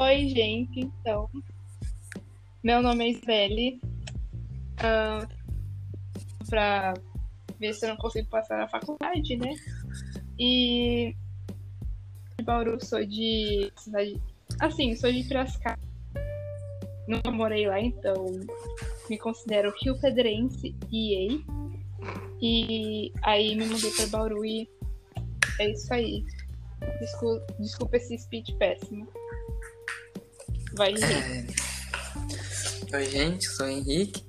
Oi, gente, então. Meu nome é Isbelle. Ah, pra ver se eu não consigo passar na faculdade, né? E de Bauru sou de cidade. Assim, sou de Piracicaba. Nunca morei lá, então me considero Rio Pedrense e EI. E aí me mudei pra Bauru e é isso aí. Desculpa, desculpa esse speech péssimo. Vai rir. Oi, gente, sou o Henrique.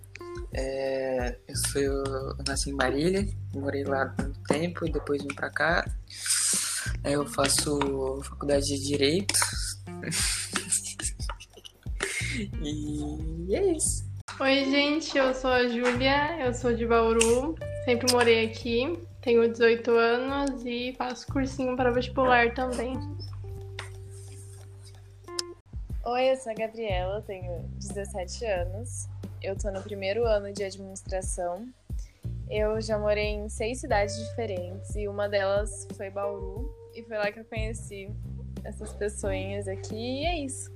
É, eu, sou, eu nasci em Marília, morei lá há muito tempo e depois vim pra cá. É, Eu faço faculdade de Direito. e é isso. Oi, gente, eu sou a Júlia, eu sou de Bauru, sempre morei aqui, tenho 18 anos e faço cursinho para vestibular também. Oi, eu sou a Gabriela, tenho 17 anos. Eu tô no primeiro ano de administração. Eu já morei em seis cidades diferentes e uma delas foi Bauru. E foi lá que eu conheci essas pessoinhas aqui e é isso.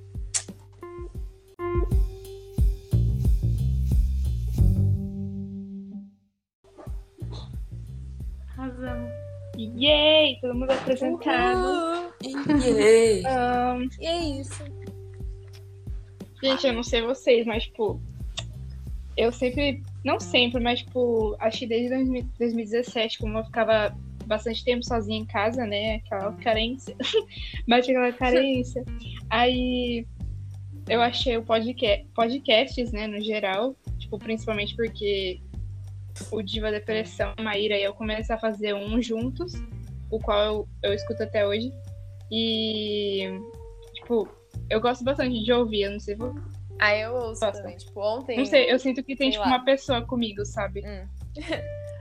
Razão. Yay! Todo mundo apresentado. Yay! Ahn, E é isso. Gente, eu não sei vocês, mas, tipo, eu sempre, não sempre, mas, tipo, acho que desde 2000 2017, como eu ficava bastante tempo sozinha em casa, né? Aquela carência. Bate aquela carência. Aí eu achei o podcast, podcasts, né, no geral, tipo, principalmente porque o Diva Depressão, a Maíra e eu começamos a fazer um juntos, o qual eu, eu escuto até hoje. E, tipo, eu gosto bastante de ouvir, eu não sei vocês. Aí eu ouço Gosta. também. Tipo, ontem. Não sei, eu sinto que tem, Sei tipo, lá. uma pessoa comigo, sabe? Hum.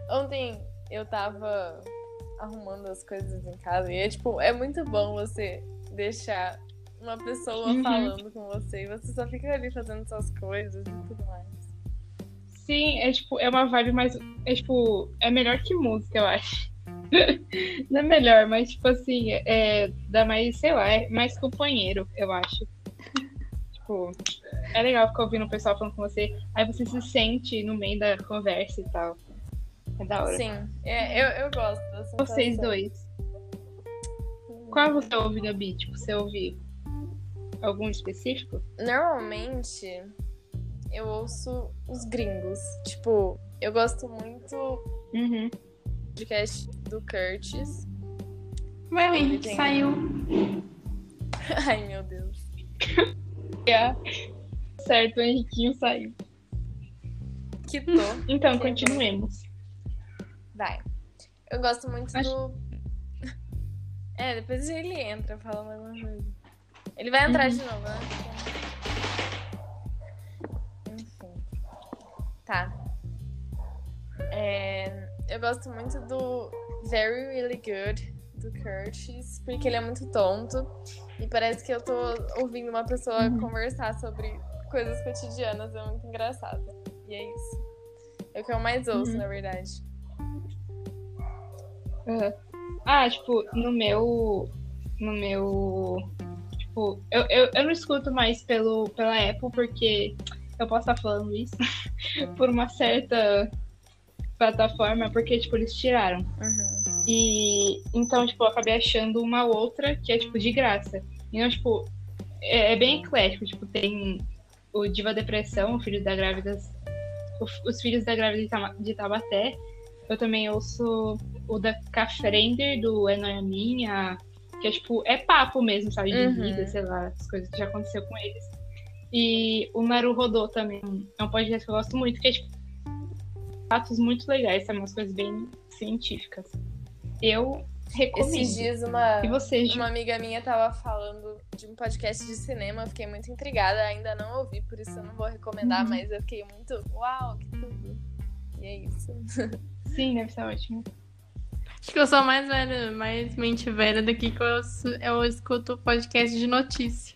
Ontem eu tava arrumando as coisas em casa e é tipo, é muito bom você deixar uma pessoa Uhum. falando com você e você só fica ali fazendo suas coisas e tudo mais. Sim, é tipo, é uma vibe mais. É tipo, é melhor que música, eu acho. Não é melhor, mas tipo assim, é, dá mais, sei lá, é mais companheiro, eu acho. tipo, é legal ficar ouvindo o pessoal falando com você. Aí você se sente no meio da conversa e tal. É da hora. Sim, tá é, eu, eu gosto. da sensação. Vocês dois. Qual você ouve, Gabi? Tipo, você ouve algum específico? Normalmente eu ouço os gringos. Tipo, eu gosto muito do Uhum. podcast do Curtis. Vai, o Henrique Tem. saiu. Ai, meu Deus. Certo, o Henriquinho saiu. Que dor. Então, continuemos. Vai. Eu gosto muito Acho- do. É, depois ele entra falando alguma coisa. Ele vai entrar Uhum. de novo, né? Enfim. Tá. É, Eu gosto muito do Very Really Good do Curtis, porque ele é muito tonto. E parece que eu tô ouvindo uma pessoa Uhum. conversar sobre coisas cotidianas. É muito engraçado. E é isso. É o que eu mais ouço, Uhum. na verdade. Aham. Ah, tipo, no meu. No meu. Tipo, eu, eu, eu não escuto mais pelo, pela Apple, porque eu posso estar falando isso por uma certa plataforma, porque, tipo, eles tiraram. E então, tipo, eu acabei achando uma outra que é, tipo, de graça. Então, tipo, é, é bem eclético. Tipo, tem o Diva Depressão, o Filho da Grávida, o- os Filhos da Grávida de Tama- de Tabaté. Eu também ouço o da Cafrender, do É Noia Minha, que é, tipo, é papo mesmo, sabe? De Uhum. vida, sei lá, as coisas que já aconteceu com eles. E o Naru Rodô também é um podcast que eu gosto muito, que é, tipo, fatos muito legais, sabe? Umas coisas bem científicas. Eu recomendo. Esses dias uma, E você, Ju? uma amiga minha tava falando de um podcast de cinema, eu fiquei muito intrigada, ainda não ouvi, por isso eu não vou Uhum. recomendar, mas eu fiquei muito, uau, que tudo. E é isso. Sim, deve ser ótimo. Acho que eu sou a mais velha, mais mente velha daqui que eu, su- eu escuto podcast de notícia.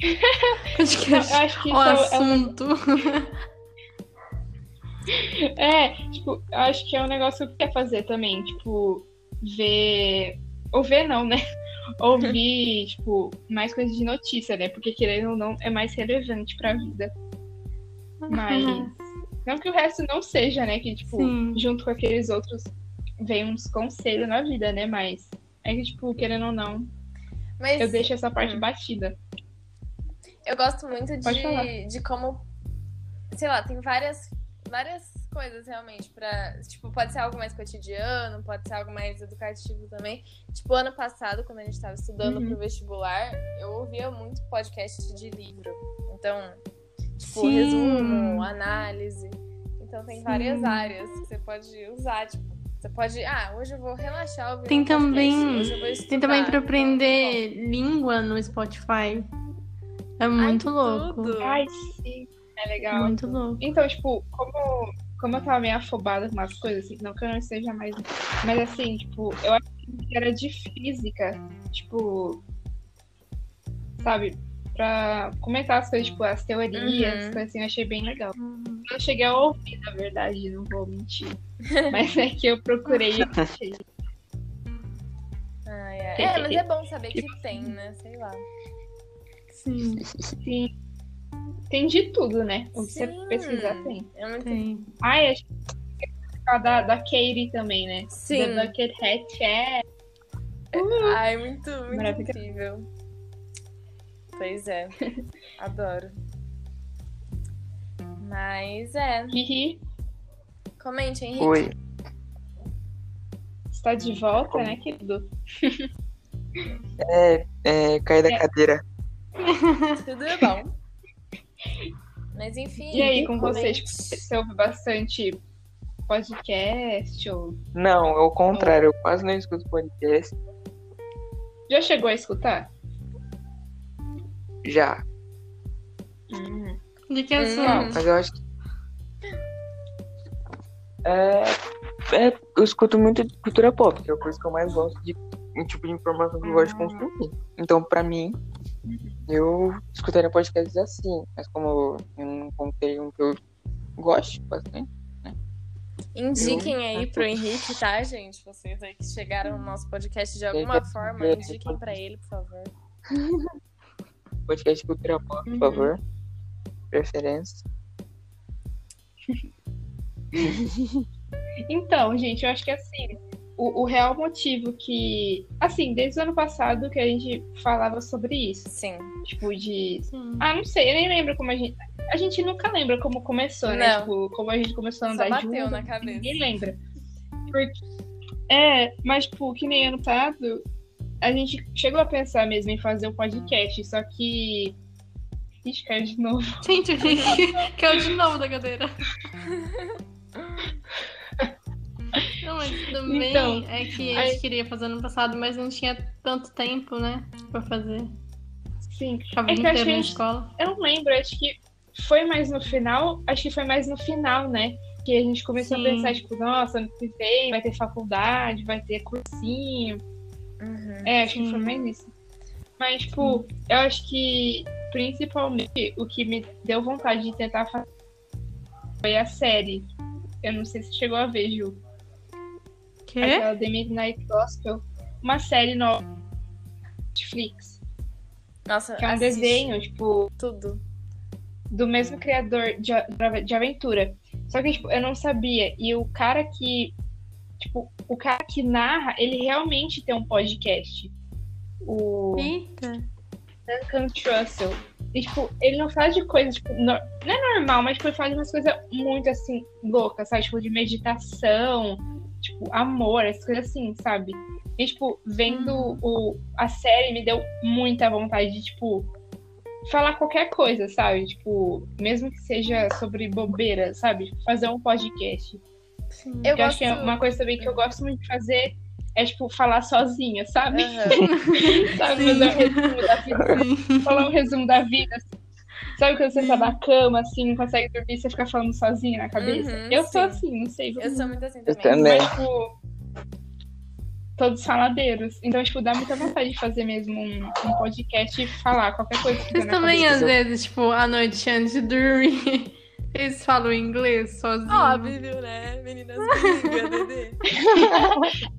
Eu podcast. acho que O isso é, um- assunto. é, tipo, eu acho que é um negócio que quer fazer também, tipo, ver. Ou ver não, né? ouvir, tipo, mais coisas de notícia, né? Porque querendo ou não, é mais relevante pra vida. Mas. Não que o resto não seja, né? Que, tipo, Uhum, Sim. junto com aqueles outros, vem uns conselhos na vida, né? Mas. É que, tipo, querendo ou não, Mas eu deixo essa parte batida. Eu gosto muito Pode falar. de, de como, sei lá, tem várias, várias coisas realmente para tipo, pode ser algo mais cotidiano, pode ser algo mais educativo também. Tipo, ano passado, quando a gente tava estudando Uhum. pro vestibular, eu ouvia muito podcast de livro. Então, tipo, Sim. resumo, análise. Então tem várias Sim. áreas que você pode usar, tipo, você pode, ah, hoje eu vou relaxar ouvindo Tem um podcast, também- hoje eu vou Tem também estudar. pra aprender língua no Spotify. É muito que louco. tudo. Ai, sim. É legal. Muito louco. Então, tipo, como, como eu tava meio afobada com umas coisas, assim, não que eu não esteja mais. Mas assim, tipo, eu acho que era de física, tipo. Sabe? Pra comentar as coisas, tipo, as teorias, Uhum. as coisas assim, eu achei bem legal. Eu não cheguei a ouvir, na verdade, não vou mentir. Mas é que eu procurei e eu achei. Ai, ai. É, mas é bom saber que tem, né? Sei lá. Sim, Sim. Tem de tudo, né? O que Sim. você pesquisar tem. É muito... tem. Ai, acho que a da, da Katie também, né? Sim. Da Buckethead é Ai, muito, muito Maravilhoso. incrível. Pois é. Adoro. Mas é. Hihi, Comente, Henrique. Oi. está de volta, né, querido? É, é, caí da É. cadeira. Tudo é bom? Mas enfim. E aí, com comente. vocês, você ouve bastante podcast ou... Não, é o contrário, eu quase não escuto podcast. Já chegou a escutar? Já. De que Hum. assunto? Mas eu acho que. É, é, eu escuto muito de cultura pop, que é a coisa que eu mais gosto de um tipo de informação que eu gosto de consumir. Então, pra mim, eu escutaria podcasts assim. Mas como eu não encontrei um que eu gosto bastante. Indiquem aí Eu- pro Henrique, tá, gente? Vocês aí que chegaram no nosso podcast de alguma Ele- forma, ele- indiquem pra ele, por favor. Podcast de cultura pop, por Uhum. favor. Preferência. Então, gente, eu acho que assim, o, o real motivo que... Assim, desde o ano passado que a gente falava sobre isso. Sim. Tipo, de... Sim. Ah, não sei, eu nem lembro como a gente... A gente nunca lembra como começou, né? Não. Tipo, como a gente começou a Só andar bateu junto, na cabeça. Ninguém lembra. Porque... É, mas, tipo, que nem ano passado, a gente chegou a pensar mesmo em fazer um podcast, só que. Ixi, caiu de novo. Ah, Gente, é o Henrique caiu de novo da cadeira. Não, mas também Então, é que a aí- gente queria fazer ano passado, mas não tinha tanto tempo, né? Pra fazer. Sim. Ficava É o que dia a inteiro na gente- escola. Eu não lembro, acho que foi mais no final. Acho que foi mais no final, né? Que a gente começou Sim. a pensar, tipo, nossa, ano que vem vai ter faculdade, vai ter cursinho. Uhum. É, acho Sim. que foi mais isso. Mas, tipo, eu acho que principalmente o que me deu vontade de tentar fazer foi a série. Eu não sei se você chegou a ver, Ju. Quê? Aquela The Midnight Gospel. Uma série nova na Netflix. Nossa, Que é um assiste desenho, tipo, tudo. do mesmo criador de, a- de aventura. Só que, tipo, eu não sabia. E o cara que. Tipo, o cara que narra, ele realmente tem um podcast. O. Eita. Duncan Trussell. E, tipo, ele não fala de coisa, tipo, no- não é normal, mas, tipo, ele fala de umas coisas muito, assim, loucas, sabe? Tipo, de meditação, tipo, amor, essas coisas assim, sabe? E, tipo, vendo o, a série, me deu muita vontade de, tipo, falar qualquer coisa, sabe? Tipo, mesmo que seja sobre bobeira, sabe? Tipo, Fazer um podcast. Sim. Eu Eu, acho gosto. que é uma coisa também que eu gosto muito de fazer é, tipo, falar sozinha, sabe? Aham. sabe? Fazer Sim. um resumo da vida falar um resumo da vida. assim. Sabe quando você tá na cama, assim, não consegue dormir, você fica falando sozinha na cabeça? Uhum, eu sou sim. assim, não sei. Eu sou muito assim Eu também. também. Mas, tipo, todos faladeiros. Então, tipo, dá muita vontade de fazer mesmo um, um podcast e falar qualquer coisa. que Vocês tá na também, às cabeça. vezes, tipo, à noite antes de dormir, eles falam inglês sozinhos. Óbvio, né? Meninas briga, Dedê. cabeça.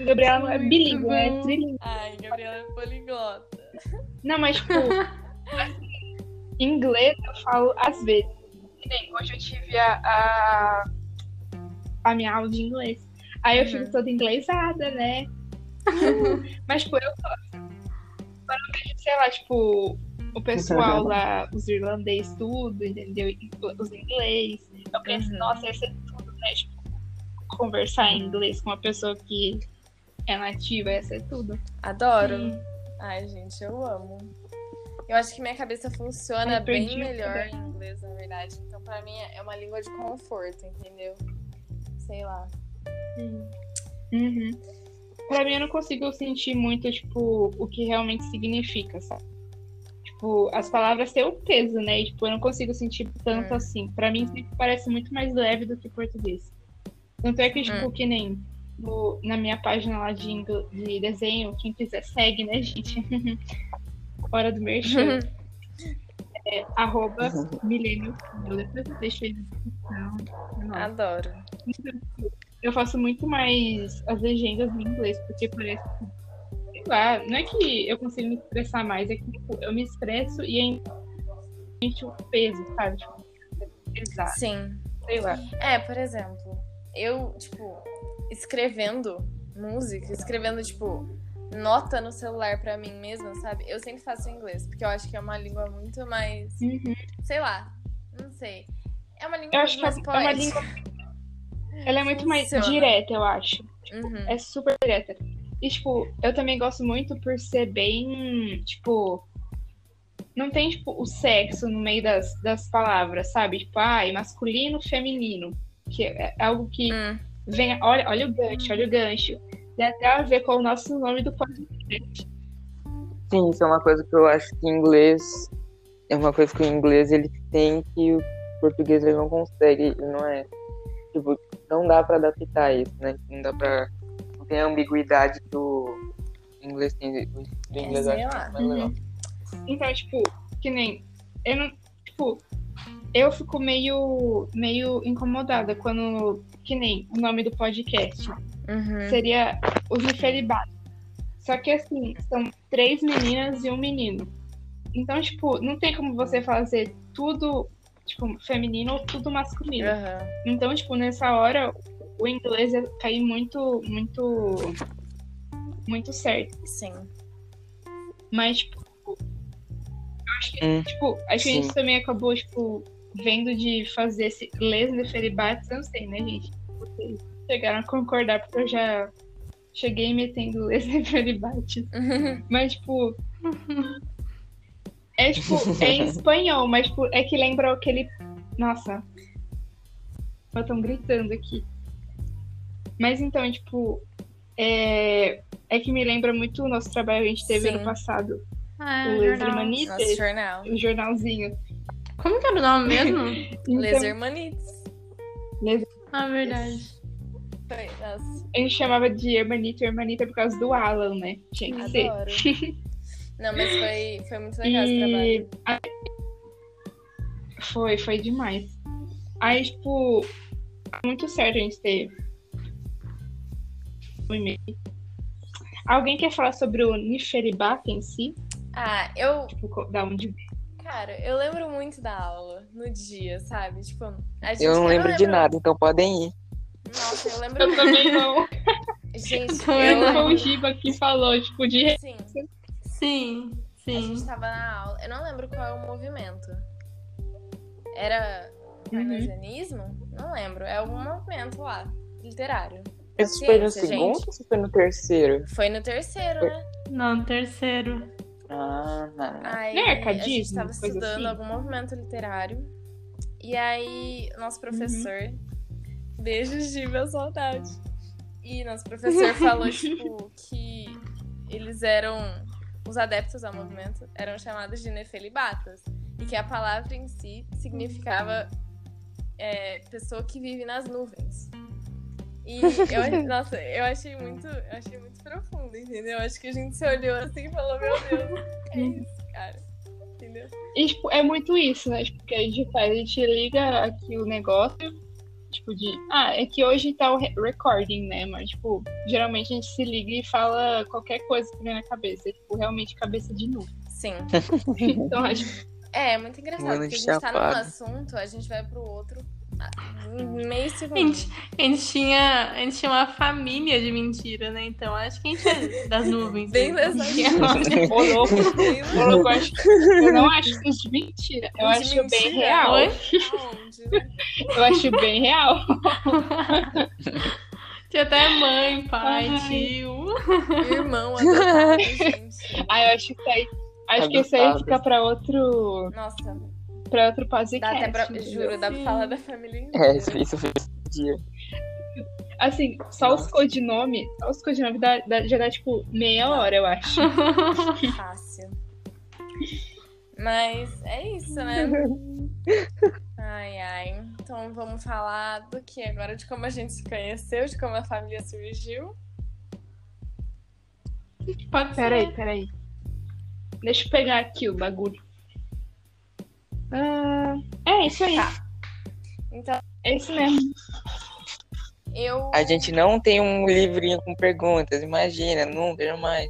Gabriela não é Muito bilíngue, ela é bom. trilingue. Ai, Gabriela é poliglota. Não, mas tipo, assim, inglês eu falo às vezes. Que nem hoje eu tive a, a, a minha aula de inglês. Aí eu Uhum. fico toda inglesada, né? mas, tipo, eu gosto. Só não vejo, sei lá, tipo, o pessoal lá, os irlandês, tudo, entendeu? E Os inglês. Eu penso, Uhum. nossa, ia ser tudo, né? Tipo, conversar em inglês com uma pessoa que é nativa, ia ser tudo. Adoro. Ai, gente, eu amo. Eu acho que minha cabeça funciona Ai, perdi bem o melhor caderno. em inglês, na verdade. Então, pra mim, é uma língua de conforto, entendeu? Sei lá. Uhum. Pra mim, eu não consigo sentir muito, tipo, o que realmente significa, sabe? Tipo, as palavras têm o peso, né? E, tipo, eu não consigo sentir tanto Hum. assim. Pra mim, sempre parece muito mais leve do que português. Tanto é que, tipo, que nem no- na minha página lá de, ingl- de desenho, quem quiser segue, né, gente? Hora do merchan. é, arroba milênio. Eu depois deixo aí na descrição. Nossa. Adoro. Eu faço muito mais as legendas em inglês, porque parece que, sei lá, não é que eu consigo me expressar mais, é que tipo, eu me expresso e ainda sente o peso, sabe? Tipo, pesado, Sim. sei lá. É, por exemplo, eu, tipo, escrevendo música, escrevendo, tipo, nota no celular pra mim mesma, sabe? Eu sempre faço em inglês, porque eu acho que é uma língua muito mais. Uhum. Sei lá, não sei. É uma língua Eu acho muito que é mais uma poética. língua. Ela é muito mais Funciona. direta, eu acho. Uhum. É super direta. E, tipo, eu também gosto muito por ser bem, tipo. Não tem, tipo, o sexo no meio das, das palavras, sabe? Tipo, ai, masculino, feminino. Que é algo que Hum. Vem, olha, olha o gancho, olha o gancho. Tem até a ver com o nosso nome do podcast. Sim, isso é uma coisa que eu acho que em inglês é uma coisa que o inglês ele tem que o português ele não consegue, ele não é tipo, não dá pra adaptar isso, né? Não dá pra não tem a ambiguidade que o inglês tem. O inglês eu sei acho que lá. Uhum. é mais legal. Então, tipo, que nem. Eu não. Tipo, eu fico meio, meio incomodada quando. Que nem o nome do podcast. Uhum. Seria Os Infelibados. Só que assim, são três meninas e um menino. Então, tipo, não tem como você fazer tudo, tipo, feminino ou tudo masculino. Aham. Então, tipo, nessa hora, o inglês ia cair muito, muito, muito certo. Sim. Mas, tipo, eu acho que, Hum, tipo, acho que a sim. gente também acabou, tipo, vendo de fazer esse Les Neferibates, eu não sei, né, gente? Vocês chegaram a concordar, porque eu já cheguei metendo Les Neferibates. Uhum. Mas, tipo. É tipo, é em espanhol, mas tipo, é que lembra aquele. Nossa. Estão gritando aqui. Mas então, tipo. É... é que me lembra muito o nosso trabalho que a gente teve Sim. ano passado, Ah, o Les jornal. Hermanites, Nosso jornal. o jornalzinho. Como que era o nome mesmo? Então, Les Hermanites. ah, verdade. Foi, nossa, a gente chamava de Hermanita e Hermanita por causa do Alan, né? Tinha que ser. adoro. Não, mas foi, foi muito legal esse trabalho. E... a- Foi, foi demais. Aí, tipo, muito certo a gente ter. o e-mail. Alguém quer falar sobre o Niferibata em si? Ah, eu, Tipo, co- da onde vem? Cara, eu lembro muito da aula no dia, sabe? Tipo, a gente Eu não lembro de lembro- nada, então podem ir. Nossa, eu lembro. Eu também não. gente, Também eu Eu não o lembro. Giba que falou, tipo, de. Sim, Sim, a sim. gente tava na aula. Eu não lembro qual é o movimento. Era Uhum. parnasianismo? Não lembro. É algum movimento lá, literário. Isso foi no Paciência, gente. segundo ou isso foi no terceiro? Foi no terceiro, né? Não, terceiro. Ah, não. Aí Não é a gente arcadismo, tava coisa assim? estudando algum movimento literário. E aí, nosso professor. Beijo, Gi, meu saudade. E nosso professor falou, tipo, que eles eram. Os adeptos ao movimento eram chamados de nefelibatas. E que a palavra em si significava é, pessoa que vive nas nuvens. E eu, nossa, eu achei muito, eu achei muito profundo, entendeu? Acho que a gente se olhou assim e falou, meu Deus, é isso, cara. Entendeu? E, tipo, é muito isso, né? Tipo, que a gente faz, a gente liga aqui o negócio. tipo, de. Ah, é que hoje tá o re- recording, né? Mas, tipo, geralmente a gente se liga e fala qualquer coisa que vem na cabeça. É, tipo, realmente cabeça de nu. Sim. Então, acho É, é muito engraçado, Mano, porque a gente tá num chapado. assunto, a gente vai pro outro ah, em meio segundo. Gente, a gente tinha, a gente tinha uma família de mentira, né? Então acho que a gente é das nuvens. Bem né? dessa que. Ô, louco. Ô, louco, é, eu acho. Eu não acho isso de mentira. Eu De acho bem mentira? real. Oi? Aonde, né? Eu acho bem real. Tinha até mãe, pai, Ai. tio. Irmão adotado, gente. Ah, eu acho que isso aí. Acho que isso aí Adotado. fica pra outro. Nossa, Pra outro podcast. dá até pra. entendeu? Juro, dá pra Sim. falar da família inteira. É, isso, isso fez um dia. Assim, só os Nossa. codinomes. Só os codinomes dá, dá- já dá tipo meia hora, eu acho. é Fácil. Mas é isso, né? Ai, ai. Então vamos falar do que agora? De como a gente se conheceu, de como a família surgiu. Pode ser. Peraí, peraí. Deixa eu pegar aqui o bagulho. Ah, é isso aí. Então, É isso mesmo. eu. A gente não tem um livrinho com perguntas, imagina, nunca, jamais.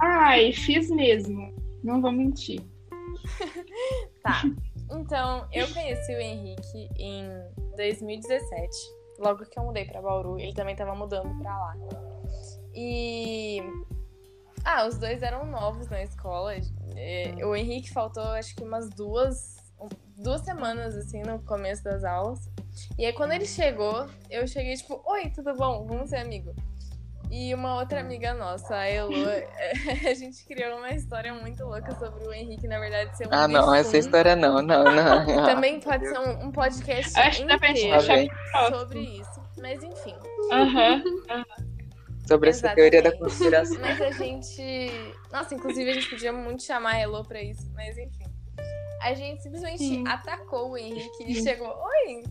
Ai, fiz mesmo. Não vou mentir. Tá. Então, eu conheci o Henrique em 2017. Logo que eu mudei pra Bauru, ele também tava mudando pra lá. E. Ah, os dois eram novos na escola. É, O Henrique faltou, acho que umas duas. Duas semanas, assim, no começo das aulas. E aí, quando ele chegou, eu cheguei tipo: Oi, tudo bom? Vamos ser amigo. E uma outra amiga nossa, a Elo, a gente criou uma história muito louca sobre o Henrique, na verdade, ser um Ah, não, essa bifum. história não, não, não. Também pode ser um, um podcast Acho que dá pra gente inteiro deixar Tá pro próximo. sobre isso. Mas enfim. Aham. Sobre essa teoria da Exatamente. conspiração. Mas a gente. Nossa, inclusive a gente podia muito chamar a Elo pra isso, mas enfim. A gente simplesmente Sim. atacou o Henrique e chegou, oi!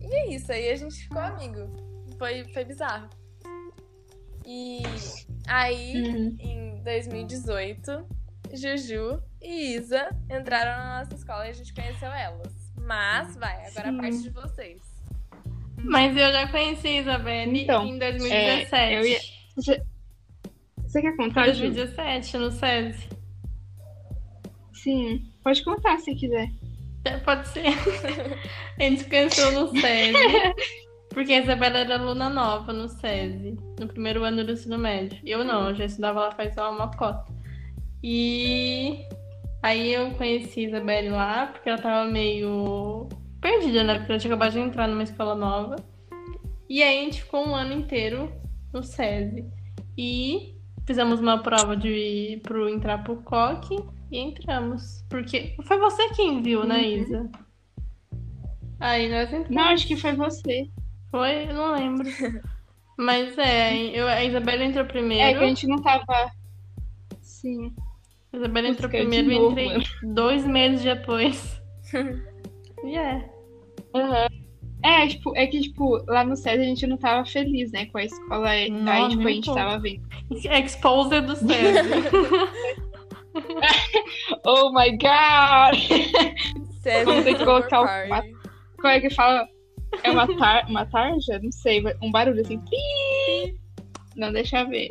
E é isso, aí a gente ficou amigo. Foi, foi bizarro. E aí, Uhum. em 2018, Juju e Isa entraram na nossa escola e a gente conheceu elas. Mas vai, agora Sim. a parte de vocês. Mas eu já conheci a Isabelle Então, em 2017. eu ia- Você quer contar, Ju? 2017, no SESI. Sim. Pode contar se quiser. Pode ser. a gente se conheceu no SESI. Porque a Isabela era aluna nova no SESI, no primeiro ano do ensino médio. Eu não, eu já estudava lá faz só uma cota. E aí eu conheci a Isabelle lá, porque ela tava meio perdida, né? Porque ela tinha acabado de entrar numa escola nova. E aí a gente ficou um ano inteiro no SESI. E fizemos uma prova de pro entrar pro COC e entramos. Porque foi você quem viu, né, Isa? Aí nós entramos. Não, acho que foi você. Foi? Eu não lembro. Mas é, eu, a Isabela entrou É primeiro. que a gente não tava. Sim. A Isabela entrou Putz, primeiro e de novo, né? entrei mano. dois meses depois. E é. É, tipo, é que, tipo, lá no SESI a gente não tava feliz, né, com a escola. Não, aí, tipo, nem a um gente pouco. tava vendo. Exposed do César. Oh my god! Sério, Vamos ter que Summer colocar o Party. Como é que fala? É uma, tar... uma tarja? Não sei, um barulho assim. Pi! Não deixa eu ver.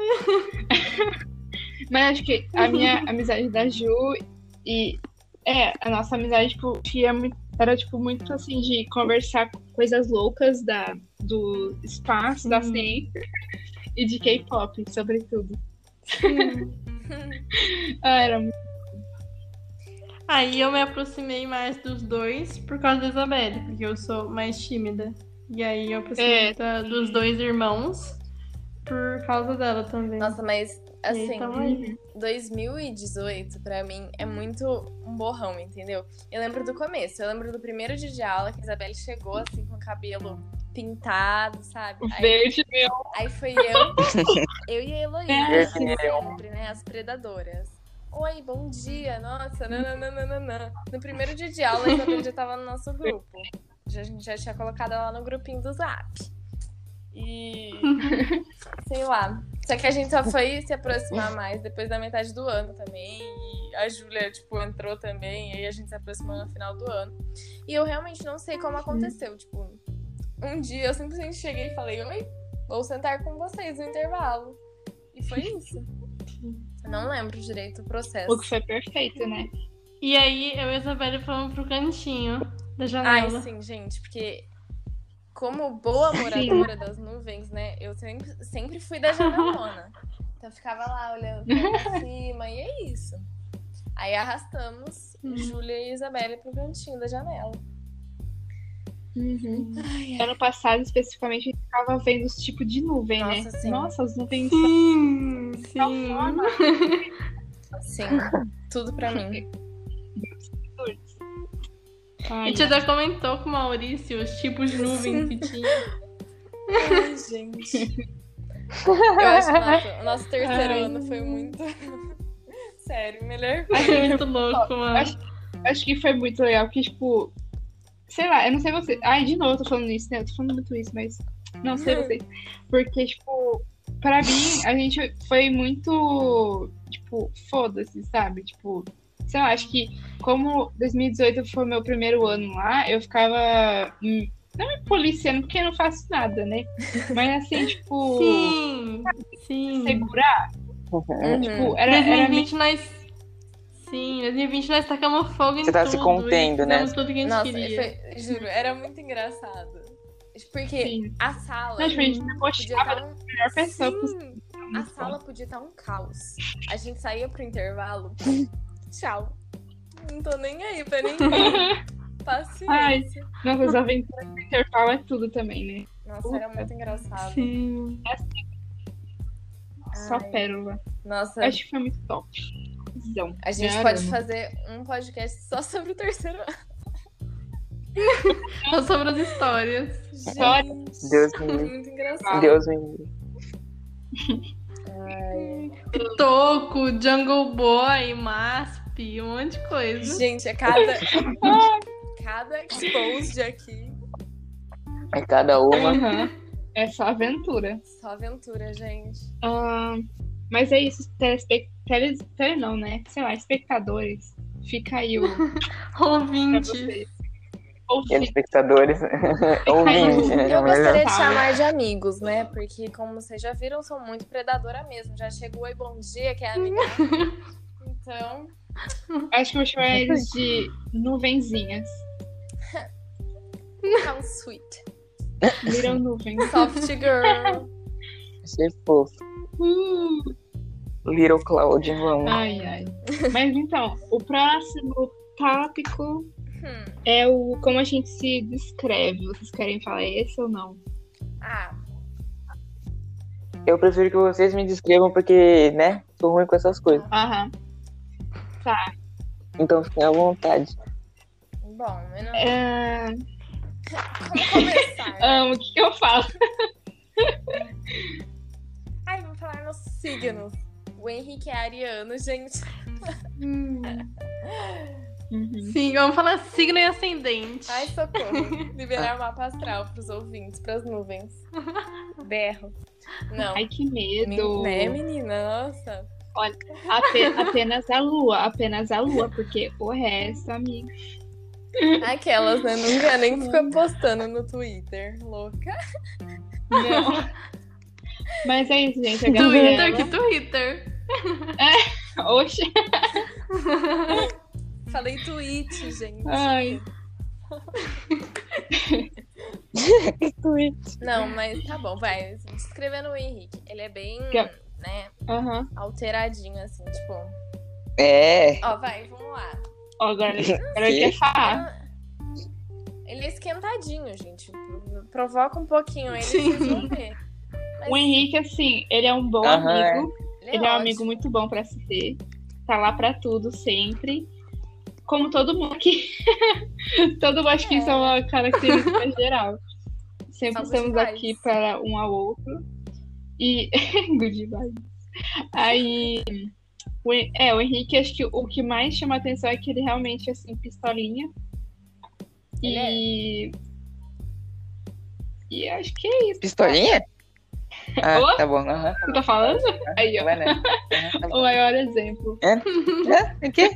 Mas acho que a minha amizade da Ju e. É, a nossa amizade, tipo, tinha mui- era, tipo, muito assim de conversar coisas loucas da, do espaço, da Sim. ciência e de K-pop, sobretudo. Ah, era muito. Aí eu me aproximei mais dos dois por causa da Isabelle, porque eu sou mais tímida. E aí eu aproximei É. da- dos dois irmãos por causa dela também. Nossa, mas E aí, assim, tamo aí. 2018 pra mim é muito um borrão, entendeu? Eu lembro do começo, eu lembro do primeiro dia de aula que a Isabelle chegou assim com o cabelo pintado, sabe? Aí, Verde, meu. aí foi eu, eu e a Heloísa, É, assim, sempre, né? As predadoras. Oi, bom dia, nossa, nananana. No primeiro dia de aula, a Isabelle já tava no nosso grupo. Já, a gente já tinha colocado ela no grupinho do Zap. E. sei lá. Só que a gente só foi se aproximar mais depois da metade do ano também. E a Júlia, tipo, entrou também, e aí a gente se aproximou no final do ano. E eu realmente não sei como aconteceu, tipo, um dia eu simplesmente cheguei e falei, oi, vou sentar com vocês no intervalo. E foi isso. Eu não lembro direito o processo. O que foi perfeito, né? E aí eu e a Isabelle fomos pro cantinho da Ai, janela. sim, gente, porque como boa moradora das nuvens, né? Eu sempre, sempre fui da janelona. Então eu ficava lá olhando pra cima e é isso. Aí arrastamos Hum. Uhum. Júlia e Isabelle pro cantinho da janela. Ano passado, especificamente, a gente ficava vendo os tipos de nuvem, né? Nossa, sim. Nossa, as nuvens Sim, são sim. Sim, tudo pra mim. absurdas. A Ai, gente até comentou com o Maurício os tipos de nuvens que tinha. Ai, gente. Eu acho que nossa, o nosso terceiro Ai. ano foi muito. Sério, melhor Achei muito louco, mano. Acho- acho que foi muito legal, porque, tipo, sei lá, eu não sei você. Ai, de novo, eu tô falando isso, né? Eu tô falando muito isso, mas não sei você. Porque, tipo, pra mim, a gente foi muito, tipo, foda-se, sabe? Tipo, sei lá, acho que como 2018 foi meu primeiro ano lá, eu ficava. hum, Não me policiando, porque eu não faço nada, né? Mas assim, tipo, Sim, sim. segurar, Uhum. tipo, era, era meio 2020 nós. Sim, 2020 nós tacamos fogo em Você tá tudo. se contendo, e né? fizemos tudo que a gente Nossa, queria. foi- juro, era muito engraçado. Porque assim. a sala. Mas, tipo, a gente Podia debochava estar da um... melhor pessoa É possível. né? Sim, a sala podia estar um caos. A gente saía pro intervalo. Tchau. Não tô nem aí pra ninguém. Paciência. Ai. Nossa, as aventuras do Interpal é tudo também, né? Nossa, era muito é- engraçado. Sim. Só Ai. tá. pérola. Nossa, Acho né? que foi muito top. Visão. a gente Caramba. pode fazer um podcast só sobre o terceiro ano. Só Então, sobre as histórias. História. Gente, Deus me livre. muito engraçado. Deus me livre. Toco, Jungle Boy, MASP, um monte de coisa. Gente, é cada. cada expose aqui. É cada uma. Aham. É só aventura. Só aventura, gente. Ahn, mas é isso, telespec... tele... tele não, né? Sei lá, espectadores. Fica aí o pra Ouvintes. vocês. Ou fica Telespectadores. Ouvinte, né? Eu é melhor. gostaria de Fala. chamar de amigos, né? Porque, como vocês já viram, sou muito predadora mesmo. Já chegou oi, bom dia, que é amiga. Então, Acho que eu vou chamar eles de nuvenzinhas. how tá um sweet. Viram nuvens. Soft girl. Achei fofo. Uh, Little Cloud, vamos. Ah. ai, ai. Mas então, o próximo tópico Hum. é o como a gente se descreve. Vocês querem falar esse ou não? Ah, Eu prefiro que vocês me descrevam porque, né? Sou ruim com essas coisas. Aham. Então fiquem à vontade. bom, eu não... É, como começar? né? Amo, o que, que eu falo? Ai, vou falar meus signos. O Henrique é ariano, gente. Uhum. Sim, vamos falar signo e ascendente. Ai, socorro. Liberar o mapa astral pros ouvintes, pras nuvens. Berro. Não. Ai, que men- medo. Né, menina? Nossa. Ape- apenas a lua, apenas a lua, porque o resto, amiga. Aquelas, né? Nunca nem fica postando no Twitter. Louca. Não. Mas é isso, gente. A Twitter, Gabriela. que Twitter. Oxe. Falei tweet, gente. Ai. Não, mas tá bom, vai. Descrevendo o Henrique. Ele é bem, Quer- né, Aham. alteradinho, assim, tipo. É. Ó, vai, vamos lá. Ó, agora agora eu Sim. quer falar. Ele é esquentadinho, gente. Provoca um pouquinho ele, Sim. vocês vão ver. Mas O Henrique, assim, ele é um bom Aham, amigo. ele é, Ele é um ótimo. amigo muito bom pra se ter. Tá lá pra tudo, sempre. Como todo mundo aqui. todo mundo acho que isso é uma característica geral. Sempre Somos estamos iguais. aqui para um ao outro. E. Good vibes. Aí. o Hen- É, o Henrique, acho que o que mais chama a atenção é que ele realmente é assim, pistolinha. E. E acho que é isso. Pistolinha? Ah, Ô? tá bom. aham. Não tá falando? Aí, ó. Vai, né? Aham, tá O bom. maior exemplo. É, o quê?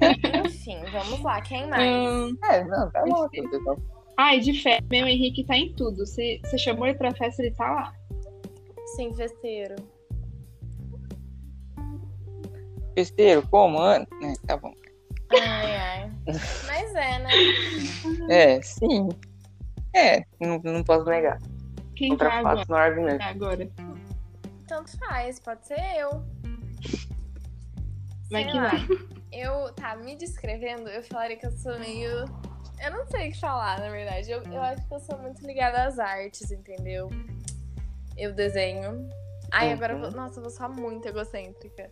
Enfim, vamos lá. Quem mais? Ahn, É, não, tá bom. tudo bom. ai, de festa. Meu Henrique tá em tudo. Você você chamou ele pra festa, ele tá lá. Sim, festeiro. Festeiro, como? Ana? É, tá bom. Ai, ai. Mas é, né? É, sim. É, não, não posso negar. Quem Contra tá agora? fatos né? não há argumento. Tá agora. Tanto faz, pode ser eu. Vai Sei que lá. vai. Eu, tá, me descrevendo, eu falaria que eu sou meio. Eu não sei o que falar, na verdade. Eu, eu acho que eu sou muito ligada às artes, entendeu? Eu desenho. Ai, Uhum. agora eu vou. Nossa, eu vou só muito egocêntrica.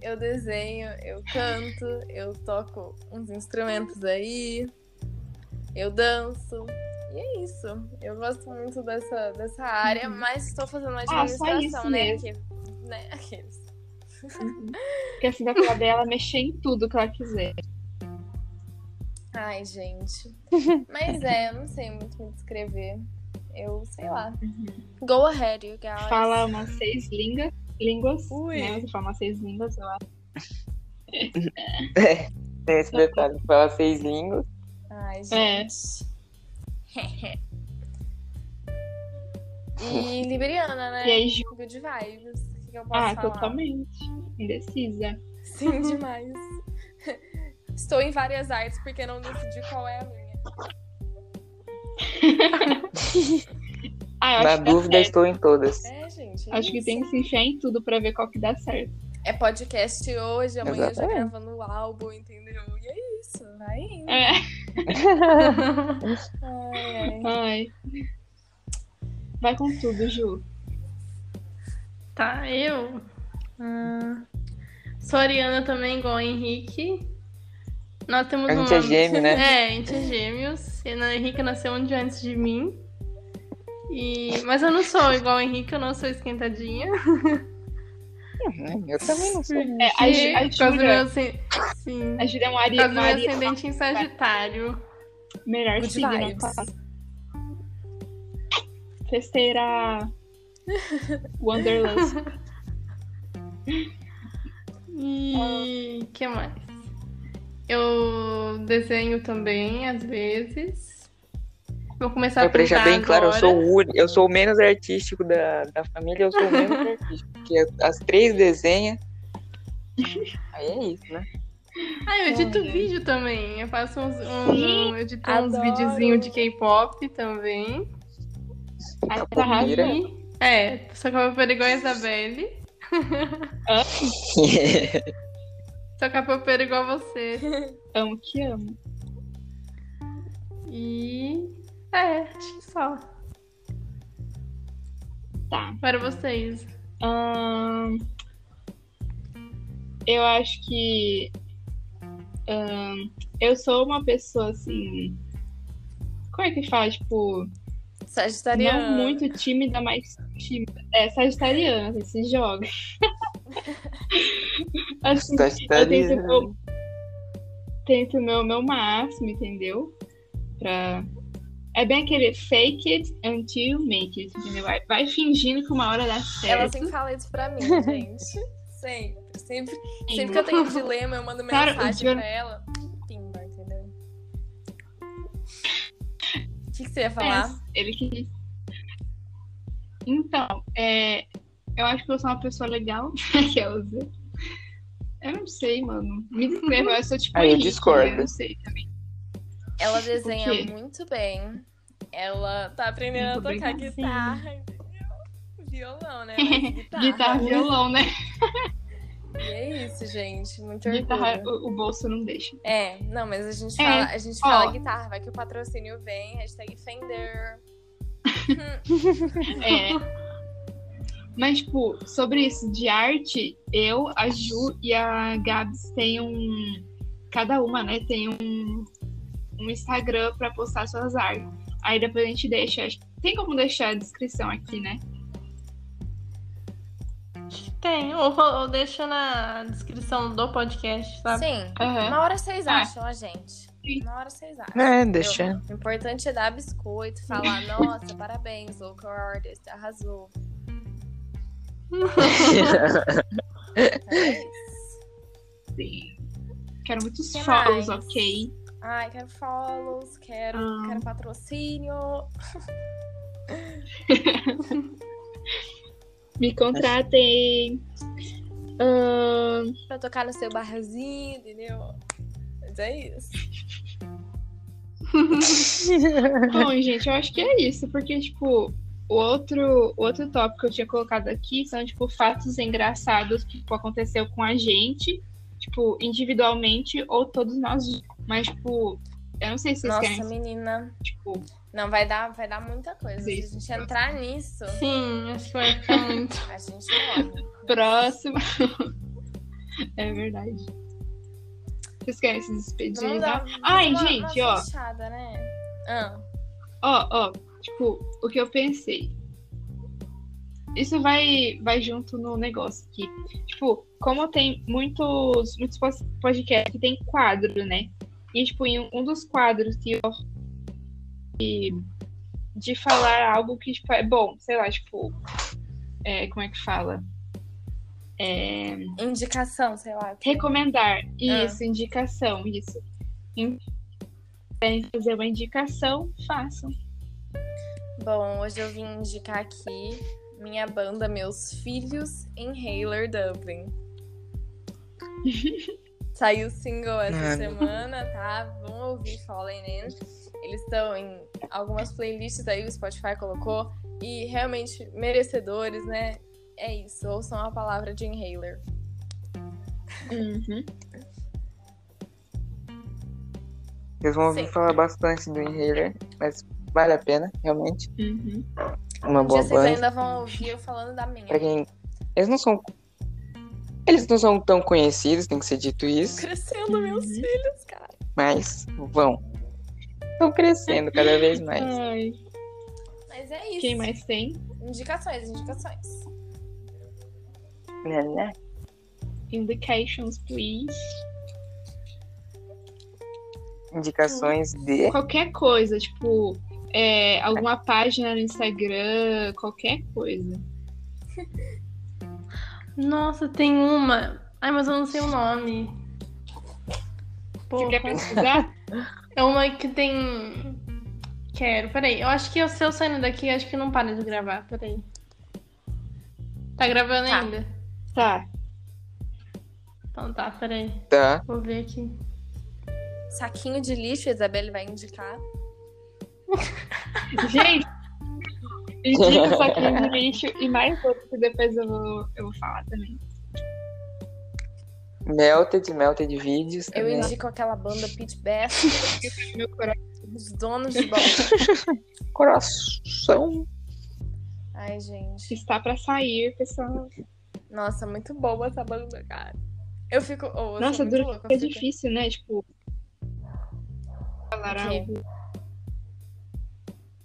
Eu desenho, eu canto, eu toco uns instrumentos aí, eu danço. E é isso. Eu gosto muito dessa, dessa área, mas estou fazendo Uhum. Ah, só isso administração, né? mesmo. Porque, né? Aqueles. Porque assim, dá pra dela mexer em tudo que ela quiser. Ai, gente. Mas é, eu não sei muito me descrever. Eu sei lá. Go ahead, you guys. Uhum. Fala umas seis línguas. Línguas. Ui. Né? Você fala umas seis línguas, eu acho. Tem Tá esse detalhe. Fala seis línguas. Ai, É. gente. e Liberiana, né? E aí, Ju? Good vibes. O que, que eu posso Ah, falar? totalmente. Indecisa. Sim, demais. Estou em várias artes porque não decidi qual é a minha. Ah, eu Na acho que dá dúvida, certo. estou em todas. É, gente. é Acho que isso. tem que se enfiar em tudo pra ver qual que dá certo. É podcast hoje, amanhã eu já Exatamente. gravando o álbum, entendeu? E é isso, vai indo. É. Ai, ai. Ai. Vai com tudo, Ju. Tá, eu. Ah, sou Ariana também, igual o Henrique. Nós temos A gente é um- gêmeo, né? É, a gente é gêmeos. E o Henrique nasceu um dia antes de mim. E... Mas eu não sou igual o Henrique, eu não sou esquentadinha. Hum, Eu também não sei. É, a, Ju- a Por causa do Júlia, meu... sen- Sim. a Júlia é uma Por Ari, causa do uma meu Ari- ascendente em Sagitário. melhor né? Good signo. vibes. tá? Festeira. Wanderlust. E que mais? Eu desenho também, às vezes. Vou começar a Pra deixar pintar bem claro, eu agora. sou o único- eu sou o menos artístico da, da família, eu sou o menos artístico. Porque as- as três desenham. Aí é isso, né? Ah, eu edito Olha. vídeo também. Eu faço uns, um, Sim, eu edito uns adoro. videozinhos de K-pop também. Ai, tá Capoeira. arrasando. E- É, só que eu vou pôr igual a Isabelle. Só que eu vou pôr igual a você. Amo que amo. E. É, acho que só. Tá. Para vocês. Ahn, eu acho que ahn, eu sou uma pessoa assim. Como é que faz? Tipo, Sagitariana. não muito tímida, mas tímida. É, sagitariana, assim, se joga. assim, Tá eu tento, estadizando. eu tento o meu, meu máximo, entendeu? Pra... É bem aquele fake it until you make it, entendeu? Vai, vai fingindo que uma hora dá certo. Ela sempre fala isso pra mim, gente. Sempre. Sempre, sempre que eu tenho um dilema, eu mando Cara, mensagem o Dion- pra ela. Pimba, entendeu? O que, que você ia falar? Mas Ele que disse. Então, é, eu acho que eu sou uma pessoa legal, que é o Zé. Eu não sei, mano. Me descreva, eu sou tipo. Aí eu Henrique, discordo. Eu não sei também. Ela desenha É. O quê? muito bem. Ela tá aprendendo Muito a tocar obrigada. guitarra, entendeu? Violão, né? Mas guitarra. Guitarra, violão, né? E é isso, gente. Muito Guitarra, orgulho. o, o bolso não deixa. É, não, mas a gente É, fala, a gente fala ó. guitarra, vai que o patrocínio vem, hashtag Fender. É. Mas, tipo, sobre isso de arte, eu, a Ju e a Gabs têm um. Cada uma, né, tem um, um Instagram pra postar suas artes. Aí depois a gente deixa. acho que Tem como deixar a descrição aqui, né? Tem, ou, ou deixa na descrição do podcast, sabe? Sim. Aham. Uma hora vocês Ah. acham a gente. Sim. Uma hora vocês acham. É, deixa. O importante é dar biscoito, falar, nossa, parabéns, local artist, arrasou. É isso. Sim. Quero muitos Que follows, mais? ok? Ai, quero follows, quero, Ah. quero patrocínio. Me contratem. Ahn, Pra tocar no seu barzinho, entendeu? Mas é isso. Bom, gente, eu acho que é isso, porque, tipo, o outro, o outro tópico que eu tinha colocado aqui são, tipo, fatos engraçados que tipo, aconteceu com a gente, tipo, individualmente ou todos nós. Mas, tipo, eu não sei se vocês Nossa, querem, menina. tipo, Não, vai dar, vai dar muita coisa. Se a Isso. gente entrar nisso, Sim, acho que vai ficar muito. a gente morre. próximo. é verdade. Vocês querem se despedir? Vamos tá? dar vamos Ai, dar uma, gente, uma ó. fechada, né? Ah, Ó, ó, tipo, o que eu pensei. Isso vai, vai junto no negócio aqui. Tipo, como tem muitos, muitos pos- podcasts que tem quadro, né? E, tipo, em um- um dos quadros que eu de, de falar algo que, tipo, é bom, sei lá, tipo, é, como é que fala? indicação, sei lá. Recomendar. Ah. Isso, indicação, isso. Em- Querem fazer uma indicação, façam. Bom, hoje eu vim indicar aqui minha banda Meus Filhos Inhaler Dublin. Saiu o single essa Ah, meu- semana, tá? Vão ouvir Fallen In. Eles estão em algumas playlists aí, o Spotify colocou. E realmente merecedores, né? É isso, ouçam a palavra de inhaler. Uhum. Vocês vão ouvir Sim. falar bastante do Inhaler, mas vale a pena, realmente. Uhum. Uma Um dia boa vocês banda. ainda vão ouvir eu falando da minha. Pra quem. Eles não são. Eles não são tão conhecidos, tem que ser dito isso, Crescendo meus Uhum. filhos, cara. mas vão. Estão crescendo cada vez mais. Ai, Mas é isso. quem mais tem? Indicações, indicações. Né, né? Indications, please. Indicações de. Qualquer coisa, tipo, é, alguma página no Instagram, qualquer coisa. Nossa, tem uma. Ai, mas eu não sei o nome. Pô, Você quer pesquisar? é uma que tem. Quero, peraí. Eu acho que se eu saindo daqui, acho que não para de gravar. Peraí. Tá gravando Tá. ainda? tá. Então tá, peraí. Tá. Vou ver aqui. Saquinho de lixo, a Isabelle vai indicar. Gente, indica isso aqui no lixo e mais outro que depois eu vou, eu vou falar também. Melted, Melted né? Vídeos. Eu também. indico aquela banda Pit Best, Meu coração. os donos de bola. Coração. Ai, gente. Está pra sair, pessoal. Nossa, muito boa essa banda, cara. Eu fico. Oh, eu Nossa, sou muito dura louca, é eu fico- difícil, né? Tipo, falar O quê? algo.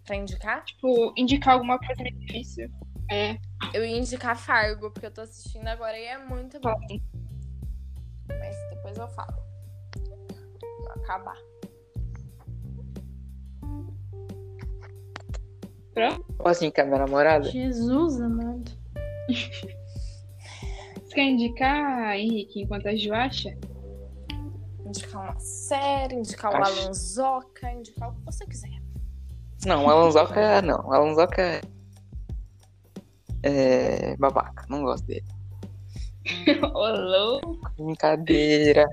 Pra indicar? Tipo, indicar alguma coisa é difícil. É, Eu ia indicar Fargo, porque eu tô assistindo agora e é muito bom. falem. Mas depois eu falo. Vou acabar. Posso indicar assim, minha namorada? Jesus amado. Você quer indicar, Henrique, enquanto a Ju acha? Indicar uma série, indicar o Acho- Alonsoca, indicar o que você quiser. Não, Alonsoca não. Alonsoca é- é babaca, não gosto dele. Olô! Brincadeira.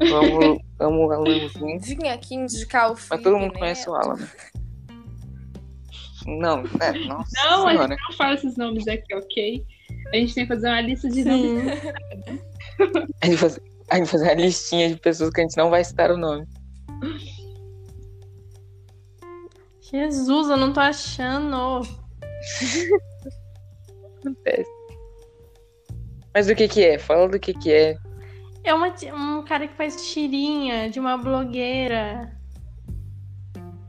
Vamos, vamos Alanzinho. Vim aqui indicar o Mas Felipe todo mundo Neto. conhece o Alan. né? Não, é, nossa Não, a senhora. gente não fala esses nomes aqui, ok? A gente tem que fazer uma lista de nomes. Sim. A gente, faz, a gente faz uma listinha de pessoas que a gente não vai citar o nome. Jesus, eu não tô achando. Acontece. Mas do que que é? Fala do que que é. É uma, ti- um cara que faz tirinha de uma blogueira.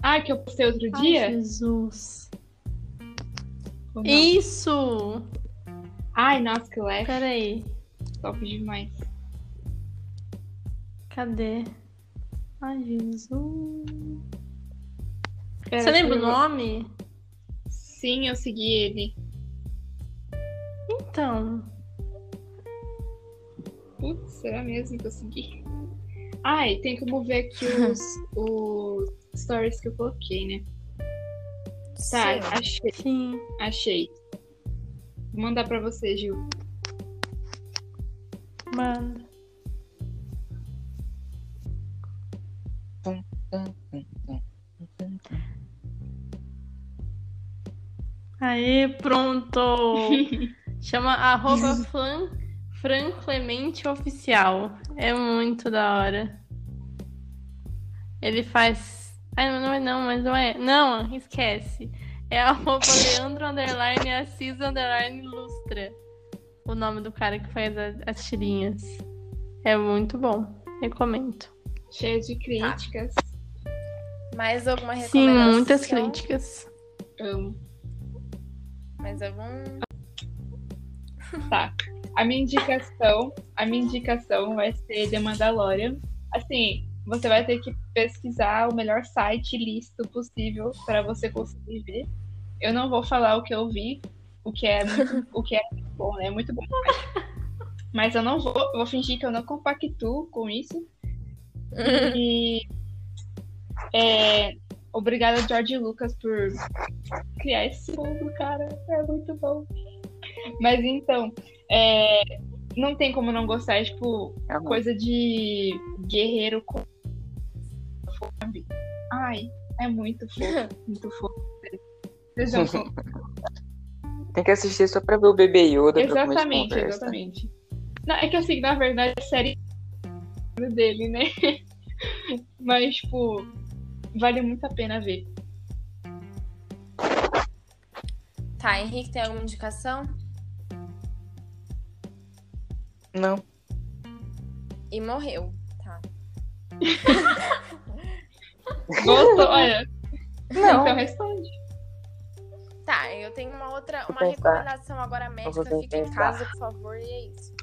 Ah, que eu postei outro Ai, dia? Jesus. Ou não? Isso! Ai, nossa, que leve. Peraí. Top demais. Cadê? Ai, Jesus. Pera, Você lembra o deixa eu- nome? Sim, eu segui ele. Então. Putz, será mesmo que eu segui? Ai, tem como ver aqui os, os stories que eu coloquei, né? Tá, Sim. achei, Sim. achei. Vou mandar pra você, Gil. Manda. Aê, pronto! Chama arroba flan, Fran Clemente Oficial. É muito da hora. Ele faz. Ai, não é não, mas não é. Não, esquece. É arroba Leandro Underline Assis Underline Lustra. O nome do cara que faz a- as tirinhas. É muito bom. Recomendo. Cheia de Tá. críticas. Tá. Mais alguma Sim, recomendação? muitas críticas. Amo. Mais algum? Tá. A minha indicação, a minha indicação vai ser The Mandalorian. Assim, você vai ter que pesquisar o melhor site lícito possível para você conseguir ver. Eu não vou falar o que eu vi, o que é muito, o que é muito bom, né? Muito bom. Mas eu não vou, vou fingir que eu não compactuo com isso. E é, obrigada George Lucas por criar esse mundo, cara. É muito bom. Mas então, é, não tem como não gostar, é, tipo, É uma coisa de guerreiro com. sabe? Ai, é muito fofo, muito fofo. Vocês não são- Tem que assistir só pra ver o bebê Yoda pra começar a Exatamente, conversa. exatamente. Não, é que assim, na verdade, a série dele, né? Mas, tipo, vale muito a pena ver. Tá, Henrique, tem alguma indicação? Não. E morreu. Tá. Gostou? Olha, então Não. responde. Tá, eu tenho uma outra, uma pensar. recomendação agora médica. vou Fica em pensar. casa, por favor, e é isso.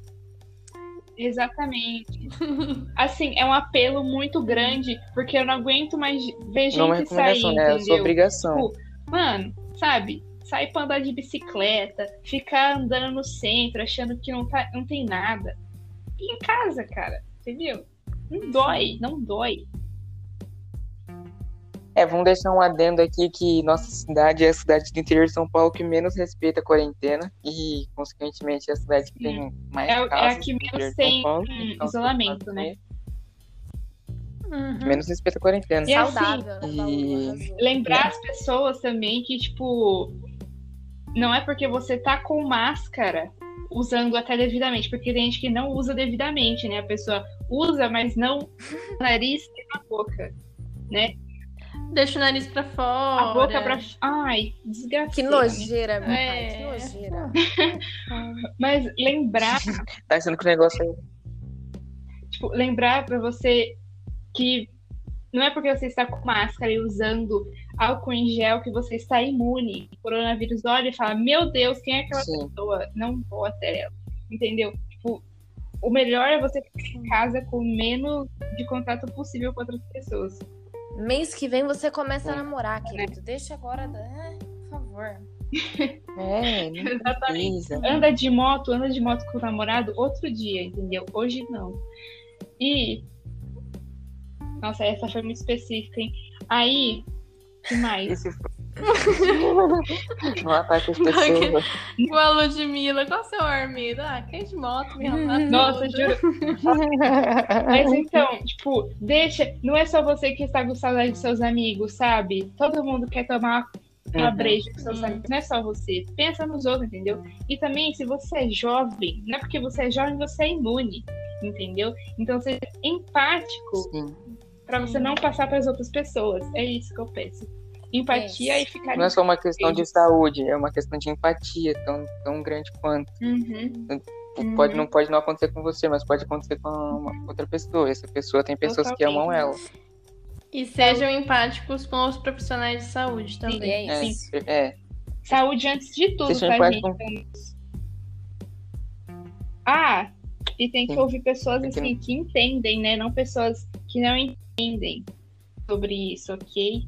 Exatamente. Assim, é um apelo muito grande, porque eu não aguento mais ver gente Não é uma sair, recomendação, né? É a sua entendeu? obrigação. Mano, sabe? Sair pra andar de bicicleta, ficar andando no centro, achando que não, tá, não tem nada. Fica em casa, cara. Entendeu? Não dói, não dói. É, vamos deixar um adendo aqui que nossa cidade é a cidade do interior de São Paulo que menos respeita a quarentena e, consequentemente, é a cidade que tem mais É, o- é a casos que do interior menos de São tem Paulo, hum, então, isolamento, né? Uhum. Menos respeita a quarentena. E assim, Saudável. né, Baú, e- arrasou. Lembrar as pessoas também que, tipo, não é porque você tá com máscara usando até devidamente, porque tem gente que não usa devidamente, né? A pessoa usa, mas não no nariz e na boca. Deixa o nariz pra fora. A boca pra. Ai, desgraça. Que nojeira, meu pai. É. Que nojeira. Mas lembrar Tá achando que o negócio é tipo, lembrar pra você que não é porque você está com máscara e usando álcool em gel que você está imune. O coronavírus olha e fala: Meu Deus, quem é aquela assim. pessoa? Não vou até ela. Entendeu? Tipo, o melhor é você ficar em casa com o menos de contato possível com outras pessoas. Mês que vem você começa a namorar, querido. Deixa agora. da- Ai, por favor. É, não Exatamente. precisa. Anda de moto, anda de moto com o namorado outro dia, entendeu? Hoje não. E. Nossa, essa foi muito específica, hein? Aí, que mais? Esse foi. Não ataque as pessoas. Igual a Ludmilla, qual o seu armeiro? Ah, que é de moto, minha Nossa, Uhum. eu juro. Mas então, tipo, deixa. Não é só você que está com saudade de seus amigos, sabe? Todo mundo quer tomar uma Uhum. breja com seus Uhum. amigos. Não é só você. Pensa nos outros, entendeu? E também, se você é jovem, não é porque você é jovem, você é imune, entendeu? Então, seja empático Uhum. Sim. pra você não passar pras outras pessoas. É isso que eu penso. Empatia É e ficar. Não é só uma questão de Isso. saúde, é uma questão de empatia tão, tão grande quanto. Uhum. Tipo, Pode, não pode não acontecer com você, mas pode acontecer com uma outra pessoa. Essa pessoa tem pessoas que Totalmente. amam ela. E sejam empáticos com os profissionais de saúde E também. é É, isso. é. Saúde antes de tudo, Vocês são tá, gente? empáticos Ah, e tem que Sim. ouvir pessoas Tem que- assim que entendem, né? Não pessoas que não entendem sobre isso, ok?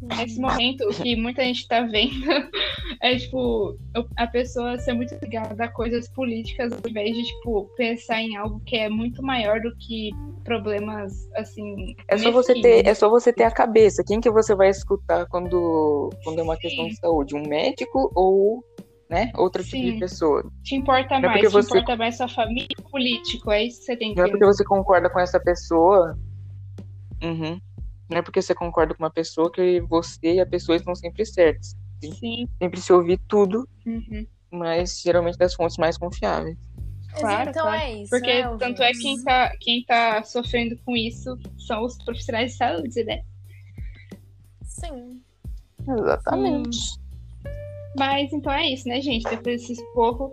Nesse momento, o que muita gente tá vendo é tipo eu- a pessoa ser muito ligada a coisas políticas ao invés de tipo pensar em algo que é muito maior do que problemas assim. É só você mesquinhos. ter, é só você ter a cabeça. Quem que você vai escutar quando, quando é uma questão Sim. de saúde? Um médico ou, né, outro tipo de Sim. pessoa? Te importa Não é mais, porque te você- importa mais sua família e o político, é isso que você tem que Não é porque entender. você concorda com essa pessoa. Uhum. Não é porque você concorda com uma pessoa que você e a pessoa estão sempre certos. Sim. Sempre se ouvir tudo, uhum. mas geralmente das fontes mais confiáveis. Mas Claro, então claro. é isso. Porque né, tanto é ouvintes? quem tá, quem tá sofrendo com isso são os profissionais de saúde, né? Sim. Exatamente. Mas então é isso, né, gente? Depois desses porro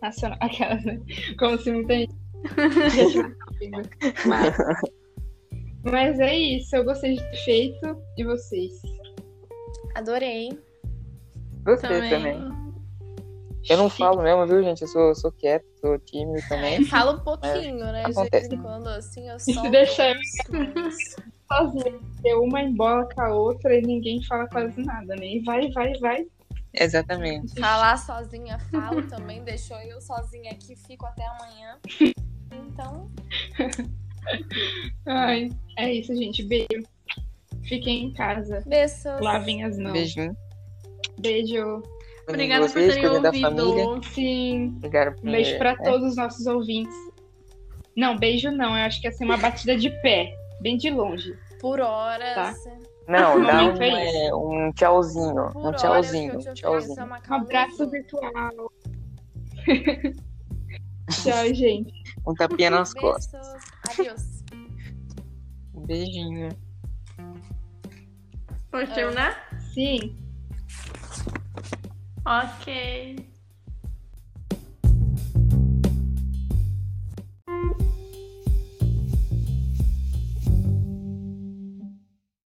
nacional. Aquelas, né? Como se não tem. Mas... Mas é isso, eu gostei de ter feito. E vocês? Adorei. Você Também. também. Eu não falo mesmo, viu, gente? Eu sou, sou quieto, sou tímido também. Fala um pouquinho, né? De vez É, acontece. em quando, assim, eu Se só. deixar eu sozinha, ter uma embola com a outra e ninguém fala quase nada, né? E vai, vai, vai. Exatamente. Falar sozinha, falo também. Deixou eu sozinha aqui, fico até amanhã. Então, Ai, é isso, gente. Beijo. Fiquem em casa. beijos. Lavem as mãos. Beijo. Beijinho. Obrigada por terem cuidem da família. ouvido. Sim. Obrigado por Um beijo pra né? todos os nossos ouvintes. Não, beijo não. Eu acho que é assim, uma batida de pé. Bem de longe. Por horas. Tá. Não, No dá momento um, é isso. é, um tchauzinho. Por Um horas, tchauzinho. o que eu Um te ofereço é tchauzinho. uma Um abraço calmazinha. virtual. Tchau, gente. Um tapinha nas costas. Beijos. Adeus. Um beijinho. Pode terminar? Sim. Ok.